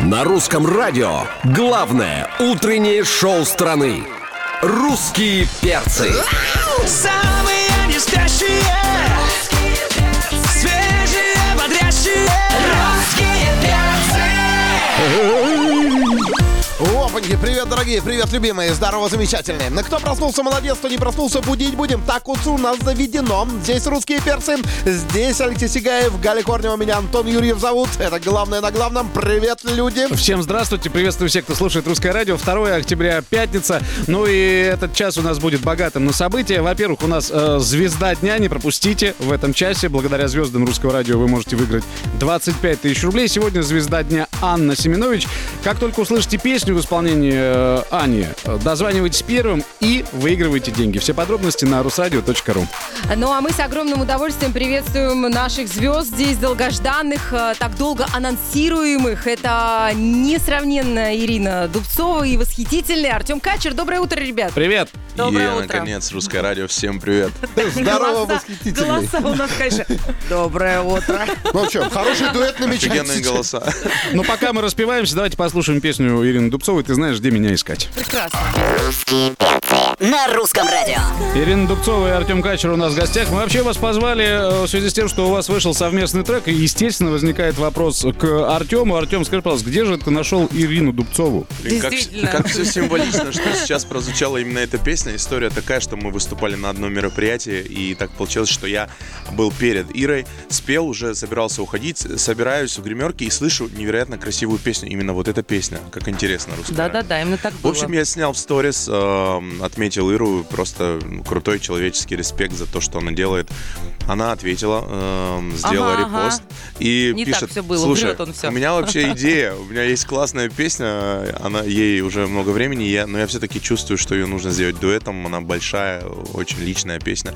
На русском радио главное утреннее шоу страны. Русские перцы. Самые не спящие Свежие, бодрящие Русские перцы Опаньки, привет, дорогие, привет, любимые, здорово, замечательные. Ну, кто проснулся, молодец, кто не проснулся, будить будем. Так уцу у нас заведено. Здесь русские перцы, здесь Алексей Сигаев, Галя Корнева, меня Антон Юрьев зовут. Это главное на главном. Привет, люди. Всем здравствуйте, приветствую всех, кто слушает Русское радио. 2 октября, пятница. Ну и этот час у нас будет богатым на события. Во-первых, у нас э, звезда дня, не пропустите в этом часе. Благодаря звездам Русского радио вы можете выиграть 25 тысяч рублей. Сегодня звезда дня Анна Семенович. Как только услышите песню в исполнении э, Ани, э, дозванивайтесь первым и выигрывайте деньги. Все подробности на rusradio.ru. Ну а мы с огромным удовольствием приветствуем наших звезд здесь, долгожданных, э, так долго анонсируемых. Это несравненная Ирина Дубцова и восхитительный Артем Качер. Доброе утро, ребят. Привет! Доброе Е, утро. наконец, русское радио. Всем привет. Здорово, Голоса- восхитительный. Голоса у нас, конечно. Доброе утро. Ну что, хороший дуэт Офигенные намечается. голоса. Ну пока мы распеваемся, давайте послушаем песню Ирины Дубцовой. Ты знаешь, где меня искать. Прекрасно. На русском радио. Ирина Дубцова и Артем Качер у нас в гостях. Мы вообще вас позвали э, в связи с тем, что у вас вышел совместный трек. И, естественно, возникает вопрос к Артему. Артем, скажи, пожалуйста, где же ты нашел Ирину Дубцову? Блин, как, Действительно. все символично, что сейчас прозвучала именно эта песня. История такая, что мы выступали на одном мероприятии, и так получилось, что я был перед Ирой, спел, уже собирался уходить, собираюсь в гримерке и слышу невероятно красивую песню. Именно вот эта песня. Как интересно, русская. Да-да-да, именно так В было. общем, я снял в сторис, эм, отметил Иру, просто ну, крутой человеческий респект за то, что она делает. Она ответила, эм, сделала Ага, ага. репост и Не так пишет, всё было, слушай, врет он всё». у меня вообще идея, у меня есть классная песня, она ей уже много времени, я, но я все-таки чувствую, что ее нужно сделать дуэтом, она большая, очень личная песня.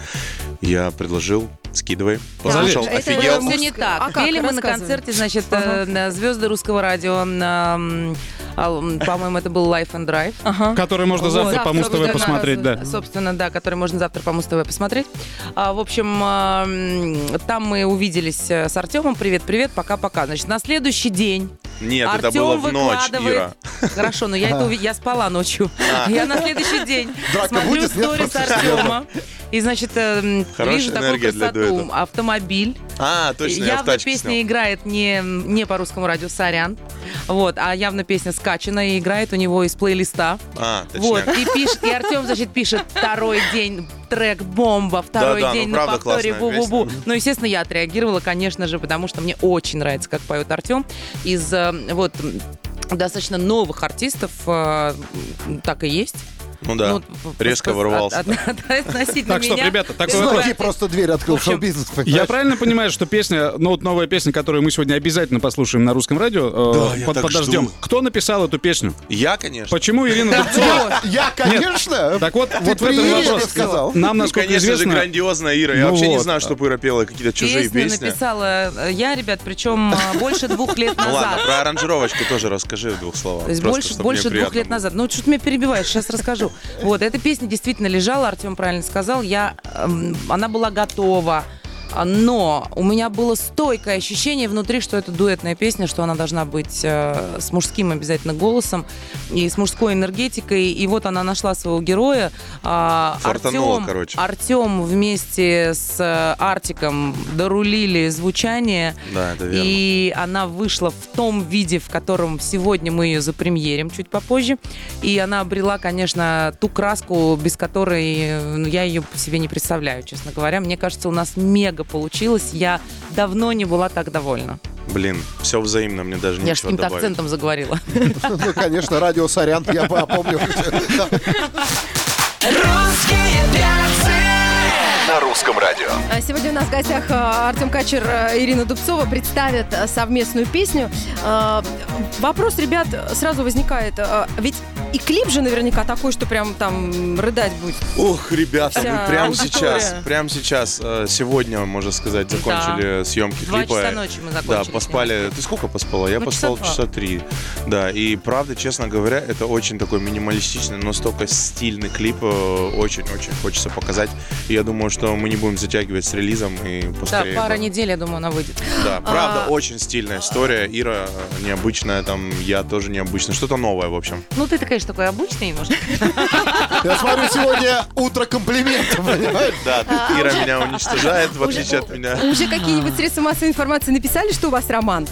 Я предложил, скидывай, послушал, это офигел. было Все не так. А как? Пели мы на Рассказывай. концерте, значит, э, на звезды русского радио. на, м, а, м, По-моему, это был Life and Drive. Который можно Вот, завтра по завтра Муз ТВ будет посмотреть, да. Собственно, да, который можно завтра по Муз-ТВ посмотреть. А, в общем, а, м, там мы увиделись э, с Артемом. Привет, привет, пока-пока. Значит, на следующий день Нет, это Артем было в ночь, выкладывает. Ира. Хорошо, но я это уви- я спала ночью. Я на следующий день Драка смотрю будет? Нет, сторис просто Артема. И, значит, эм, Хорошая вижу такую энергия для красоту. дуэта. Автомобиль. А, точно, я в явно тачке песня снял. играет не, не по русскому радио, сорян. Вот, а явно песня скачана и играет у него из плейлиста. А, Вот, точняк. и пишет, и Артем, значит, пишет второй день трек бомба, второй Да-да, ну, день на правда повторе классная песня. бу-бу-бу. Ну, естественно, я отреагировала, конечно же, потому что мне очень нравится, как поет Артем. Из э, вот м, достаточно новых артистов э, м, так и есть. Ну да, Ну, п- резко просто ворвался. от- от- относительно Так, стоп, меня. ребята, такой Ой, вопрос. Смотри, ну, просто дверь открыл В общем, шоу-бизнес. Я понимаешь? правильно понимаю, что песня, ну вот новая песня, которую мы сегодня обязательно послушаем на русском радио, э, Да, я под- так подождем. жду. Кто написал эту песню? Я, конечно. Почему Ирина Дубцова? Я- Я, конечно. Так вот, вот в при этом Ире вопрос. это сказал. Нам, Ну, насколько конечно известно, же, грандиозная Ира. Я Ну вообще не вот. знаю, что Ира пела какие-то чужие Песню песни. написала э, я, ребят, причем э, больше двух лет Ну ладно, назад. про аранжировочку тоже расскажи в двух словах. То есть просто больше, чтобы больше мне двух приятно лет было. назад. Ну, что ты меня перебиваешь, сейчас расскажу. Вот, эта песня действительно лежала, Артем правильно сказал, я, эм, она была готова. а, Но у меня было стойкое ощущение внутри, что это дуэтная песня, что она должна быть э, с мужским обязательно голосом и с мужской энергетикой. И вот она нашла своего героя. А, Фартануло, Артем- короче. Артем вместе с э, Артиком дорулили звучание. Да, это верно. И она вышла в том виде, в котором сегодня мы ее запремьерим чуть попозже. И она обрела, конечно, ту краску, без которой э, ну, я ее себе не представляю, честно говоря. Мне кажется, у нас мега получилось. Я давно не была так довольна. Блин, все взаимно, мне даже я же с нечего каким-то Ну, добавить. акцентом заговорила. Ну, конечно, радио Сорян, я помню. Русские перцы На русском радио. А Сегодня у нас в гостях э, Артем Качер, э, Ирина Дубцова представят э, совместную песню. Э, Вопрос, ребят, сразу возникает. э, Ведь и клип же наверняка такой, что прям там рыдать будет. Ух, ребята, Вся мы прямо аудитория. сейчас, прямо сейчас, э, сегодня, можно сказать, закончили съемки Два клипа. часа ночи мы закончили. Да, поспали. Ты сколько поспала? Я Ну, часа поспал два. часа три. Да, и правда, честно говоря, это очень такой минималистичный, но столько стильный клип. э, Очень-очень хочется показать. И я думаю, что что мы не будем затягивать с релизом и Да, пускай... пара А. да. недель, я думаю, она выйдет. Да, правда, очень стильная история. Ира э, необычная, там я тоже необычный. Что-то новое, в общем. Ну, ты, конечно, такой обычный немножко. Я смотрю, сегодня утро комплиментов, понимаешь? А, Да, Ира меня уничтожает, в отличие от меня. Уже какие-нибудь средства массовой информации написали, что у вас роман?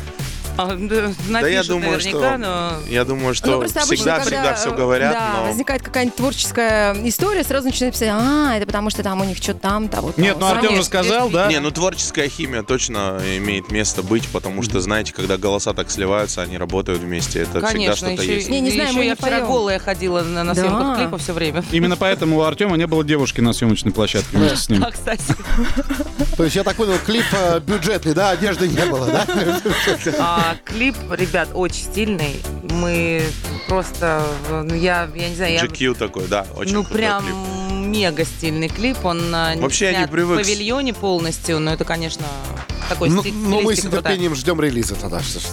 А, да, Да я напишут думаю, что наверняка, но... я думаю, Ну, что просто обычно, всегда когда, всегда все говорят, да, но возникает какая-нибудь творческая история, сразу начинают писать, а, это потому что там у них что-то там, да, вот. Нет, там». ну Артем же сказал, да? Не, ну творческая химия точно имеет место быть, потому что, знаете, когда голоса так сливаются, они работают вместе. Это Конечно, всегда что-то еще, есть. Не, не еще знаю, мы не я вчера поем. голая ходила на, на Да. съемках клипа все время. Именно поэтому у Артема не было девушки на съемочной площадке вместе с ним. А, кстати, То есть я так понял, клип э, бюджетный, да, одежды не было, да? а, клип, ребят, очень стильный. Мы просто, ну, я, я не знаю, я... GQ такой, да, очень ну, крутой прям клип. мега стильный клип. Он а, Вообще я не снят привык в с- павильоне полностью, но это, конечно, такой Ну, сти- ну, мы с стилистика крутая. нетерпением ждем релиза тогда. что ж.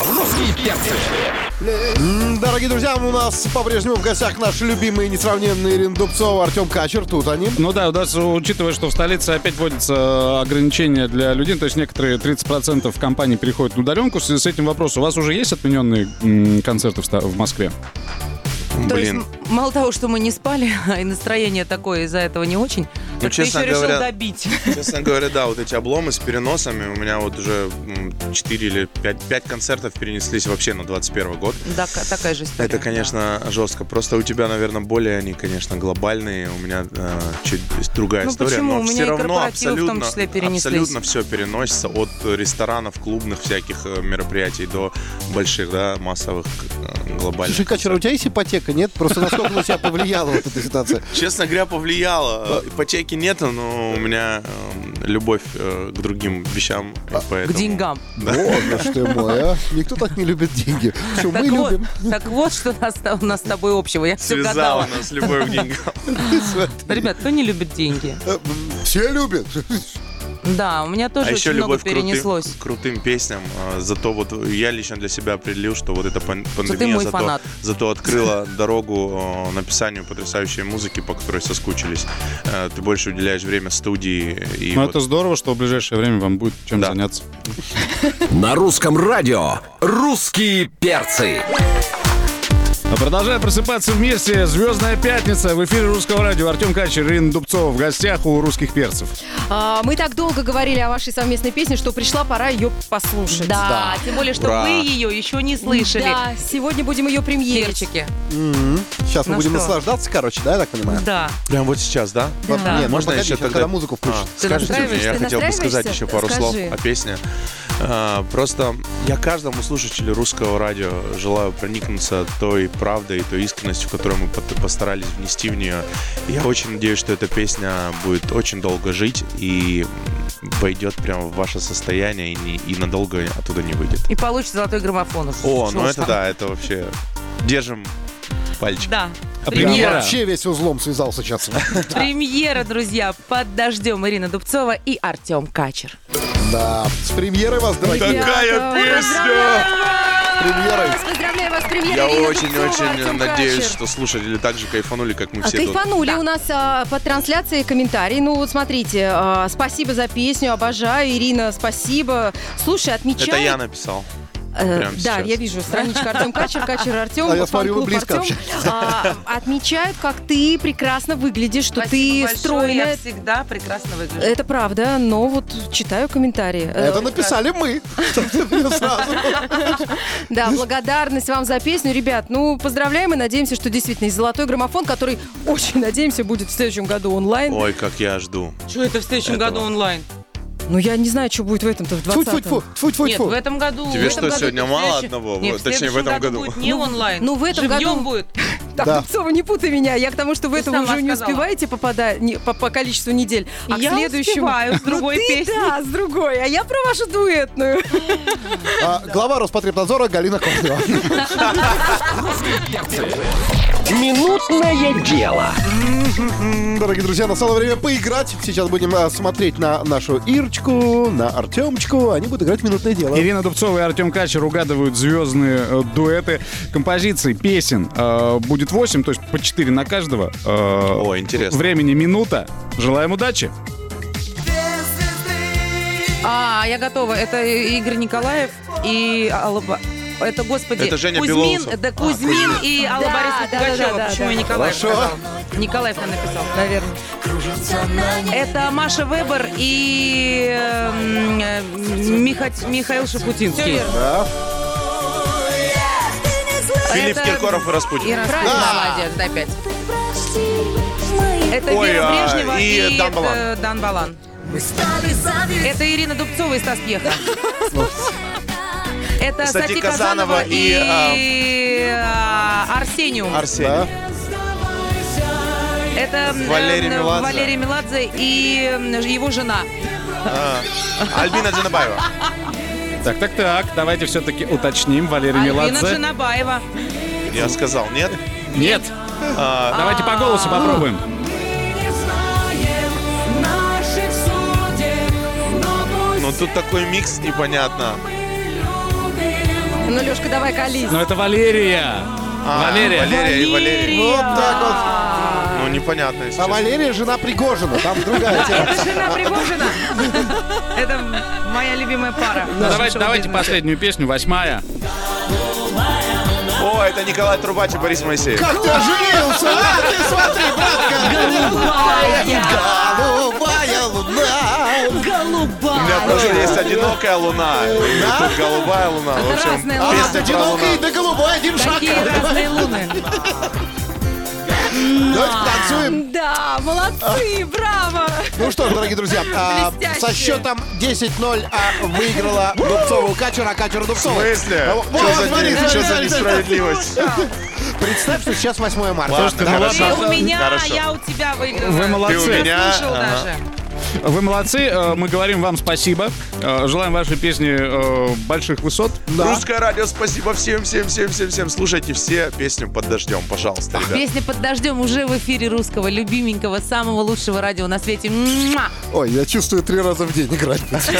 Русские перцы. М, Дорогие друзья, у нас по-прежнему в гостях наши любимые несравненные Ирина Дубцова, Артем Качер. Тут они. Ну да, у нас, учитывая, что в столице опять вводятся а, ограничения для людей, то есть некоторые 30% компаний переходят на удаленку, в связи с этим вопросом, у вас уже есть отмененные м, концерты в ста- в Москве? То есть, Блин, м- мало того, что мы не спали, а и настроение такое из-за этого не очень, так ты Ну, честно еще решил говоря, добить. честно говоря, да, вот эти обломы с переносами, у меня вот уже 4 или 5, концертов перенеслись вообще на 21 год. Да, к- такая же история. Это, да. конечно, жестко. Просто у тебя, наверное, более они, конечно, глобальные. У меня э, чуть другая Ну, история. почему? Но У меня все и равно корпоративы в том абсолютно, числе перенеслись. абсолютно все переносится от ресторанов, клубных всяких э, мероприятий до больших, да, массовых э, глобальных. Слушай, Качер, а у тебя есть ипотека, нет? Просто насколько на тебя повлияла вот эта ситуация? Честно говоря, повлияло. Ипотеки нету, но у меня э, любовь э, к другим вещам. и А, К поэтому- деньгам. О, ну что ты мой, а? Никто так не любит деньги. Все, мы Так вот, любим. так вот, что у нас, у нас с тобой общего. Я все Связала гадала. нас любовь к деньгам. Ребят, кто не любит деньги? Э, Все любят. Да, у меня тоже а еще очень много любовь к крутым, перенеслось. к крутым песням. А, Зато вот я лично для себя определил, что вот эта пан- ты пандемия мой зато, фанат. зато открыла дорогу э, написанию потрясающей музыки, по которой соскучились. Э, Ты больше уделяешь время студии. И ну вот- это здорово, что в ближайшее время вам будет чем Да. заняться. На русском радио «Русские перцы». А Продолжаем просыпаться вместе. Звездная пятница в эфире русского радио. Артем Качер, Ирина Дубцова в гостях у русских перцев. А, Мы так долго говорили о вашей совместной песне, что пришла пора ее послушать. Да, тем более, что Ура. вы ее еще не слышали. Да, сегодня будем ее премьерить. Девочки, Сейчас мы Ну будем что? наслаждаться, короче, да, я так понимаю? да. Прям вот сейчас, да? Вот, Да. не, ну, Можно погоди, еще сейчас, тогда- когда музыку включат. А, Ты скажите мне, настраиваешься? я Ты хотел бы сказать настраиваешься? еще пару Скажи. слов о песне. А, Просто я каждому слушателю русского радио желаю проникнуться той правдой, той искренностью, которую мы пот- постарались внести в нее. Я очень надеюсь, что эта песня будет очень долго жить и войдет прямо в ваше состояние и, не- и надолго оттуда не выйдет. И получит золотой граммофон. уж. О, Чего ну уж это там. да, это вообще... Держим пальчик. а Да. А Я премьера? Премьера. вообще весь узлом связался сейчас. Премьера, друзья, под дождем. Ирина Дубцова и Артем Качер. Да, А, с премьерой вас, дорогие. Такая песня! С премьерой. Поздравляю вас с премьерой. Я Ирина Дубцова, очень-очень Артем надеюсь, Качер. что слушатели так же кайфанули, как мы А все тут. Кайфанули у нас а, по трансляции комментарии. Ну, вот смотрите, а, спасибо за песню, обожаю. Ирина, спасибо. Слушай, отмечай. Это я написал. Э, прямо да, сейчас. я вижу страничка Артем Качер, Качер Артем. А я смотрю, вы близко А, отмечают, как ты прекрасно выглядишь, что ты Спасибо большое, стройная. Я всегда прекрасно выгляжу. Это правда, но вот читаю комментарии. Э, Это написали мы. Сразу. Да, благодарность вам за песню. Ребят, ну, поздравляем и надеемся, что действительно и золотой граммофон, который, очень надеемся, будет в следующем году онлайн. Ой, как я жду. Что это в следующем Этого. году онлайн? Ну, я не знаю, что будет в этом-то, в 20 Тьфу-тьфу-тьфу, тьфу-тьфу-тьфу. Нет, в этом году. Тебе в этом что, году, сегодня в мало следующем- одного? Нет, Вот, точнее, в следующем этом году. будет не Ну, онлайн. ну, в этом Живьем году- будет. Так, Да. Дубцова, не путай меня. Я к тому, что вы Ты этого сама уже не сказала. успеваете попадать не- по, по количеству недель. А Я к следующему... успеваю с Ну другой ты, песней. да, с другой. А я про вашу дуэтную. А, Глава Роспотребнадзора Галина Корнева. Минутное дело. М, М-м-м, Дорогие друзья, настало время поиграть. Сейчас будем а, смотреть на нашу Ирочку, на Артемочку. Они будут играть в минутное дело. Ирина Дубцова и Артем Качер угадывают звездные э, дуэты композиций, песен. Э, будет 8, то есть по 4 на каждого. Э, О, интересно. Времени минута. Желаем удачи. А, я готова. Это э, Игорь Николаев и Алла... Ба- Это, господи, Это Женя Кузьмин, Белоусов. А, да, Кузьмин и Алла Да, Борисовна да, да, Пугачева. да, да, Почему да. я Николаев Хорошо. сказала? Николаев я написал. наверное. Это Маша Вебер и эм, э, Миха- Михаил Шафутинский. Да. Филипп Это- Киркоров и Распутин. И Распутин. Молодец, дай пять. Это Ой, Вера а, Брежнева и и, Дан Балан. это Дан Балан. Это Ирина Дубцова и Стас Пьеха. Это Кстати, Сати Казанова Казанова и, и а, Арсениум. Арсений. Да. Это м, А, Валерий э, Меладзе. Валерий Меладзе и м, его жена. Альбина Джанабаева. Так, так, так. Давайте все-таки уточним. Валерий Альбина Меладзе. Джанабаева. Я сказал, нет? Нет. А. Давайте по голосу попробуем. Ну тут такой микс непонятно. Ну, Лешка, давай колись. Но это Валерия. А, Валерия. Валерия и Валерий. Вот так Ну непонятно, если вот. А честно. Валерия жена Пригожина. Там другая тема. Это жена Пригожина. Это моя любимая пара. Ну, давайте, давайте последнюю песню, восьмая. О, это Николай Трубач и Борис Моисеев. Как ты оживился? А, ты смотри, братка. Голубая луна. У меня просто есть одинокая луна. И тут голубая луна. В общем, разные луны. песня про А, луну. Одинокий да голубой один шаг. Такие разные луны. Давайте танцуем. Да, молодцы, браво. Ну что ж, дорогие друзья, а, Блестяще. со счетом 10-0 а, выиграла Дубцова у Качера, а Качер у В Дубцова. смысле? А, вот, Чё за, смотри, не- смотри, чё за смотри, несправедливость? Представь, что сейчас 8 марта. ну Ладно, хорошо. Ты у меня, Хорошо. я у тебя выиграла. Вы молодцы. Ты у меня, Слышал ага. даже. Вы молодцы, э, мы говорим вам спасибо. Э, Желаем вашей песне э, больших высот. Русское радио, спасибо всем, всем, всем, всем, всем. Слушайте все песню под дождем, пожалуйста, ребят. Песня под дождем уже в эфире русского, любименького, самого лучшего радио на свете. Муа! Ой, я чувствую три раза в день играть. Три.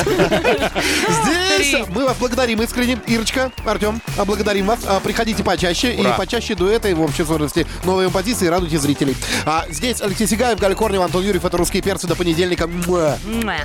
Здесь мы вас благодарим искренне. Ирочка, Артем, а, благодарим вас. А, Приходите почаще Ура. и почаще дуэты в общей сложности. Новые композиции радуйте зрителей. А здесь Алексей Сигаев, Галь Корнев, Антон Юрьев. Это «Русские перцы» до понедельника. Муа. Муа!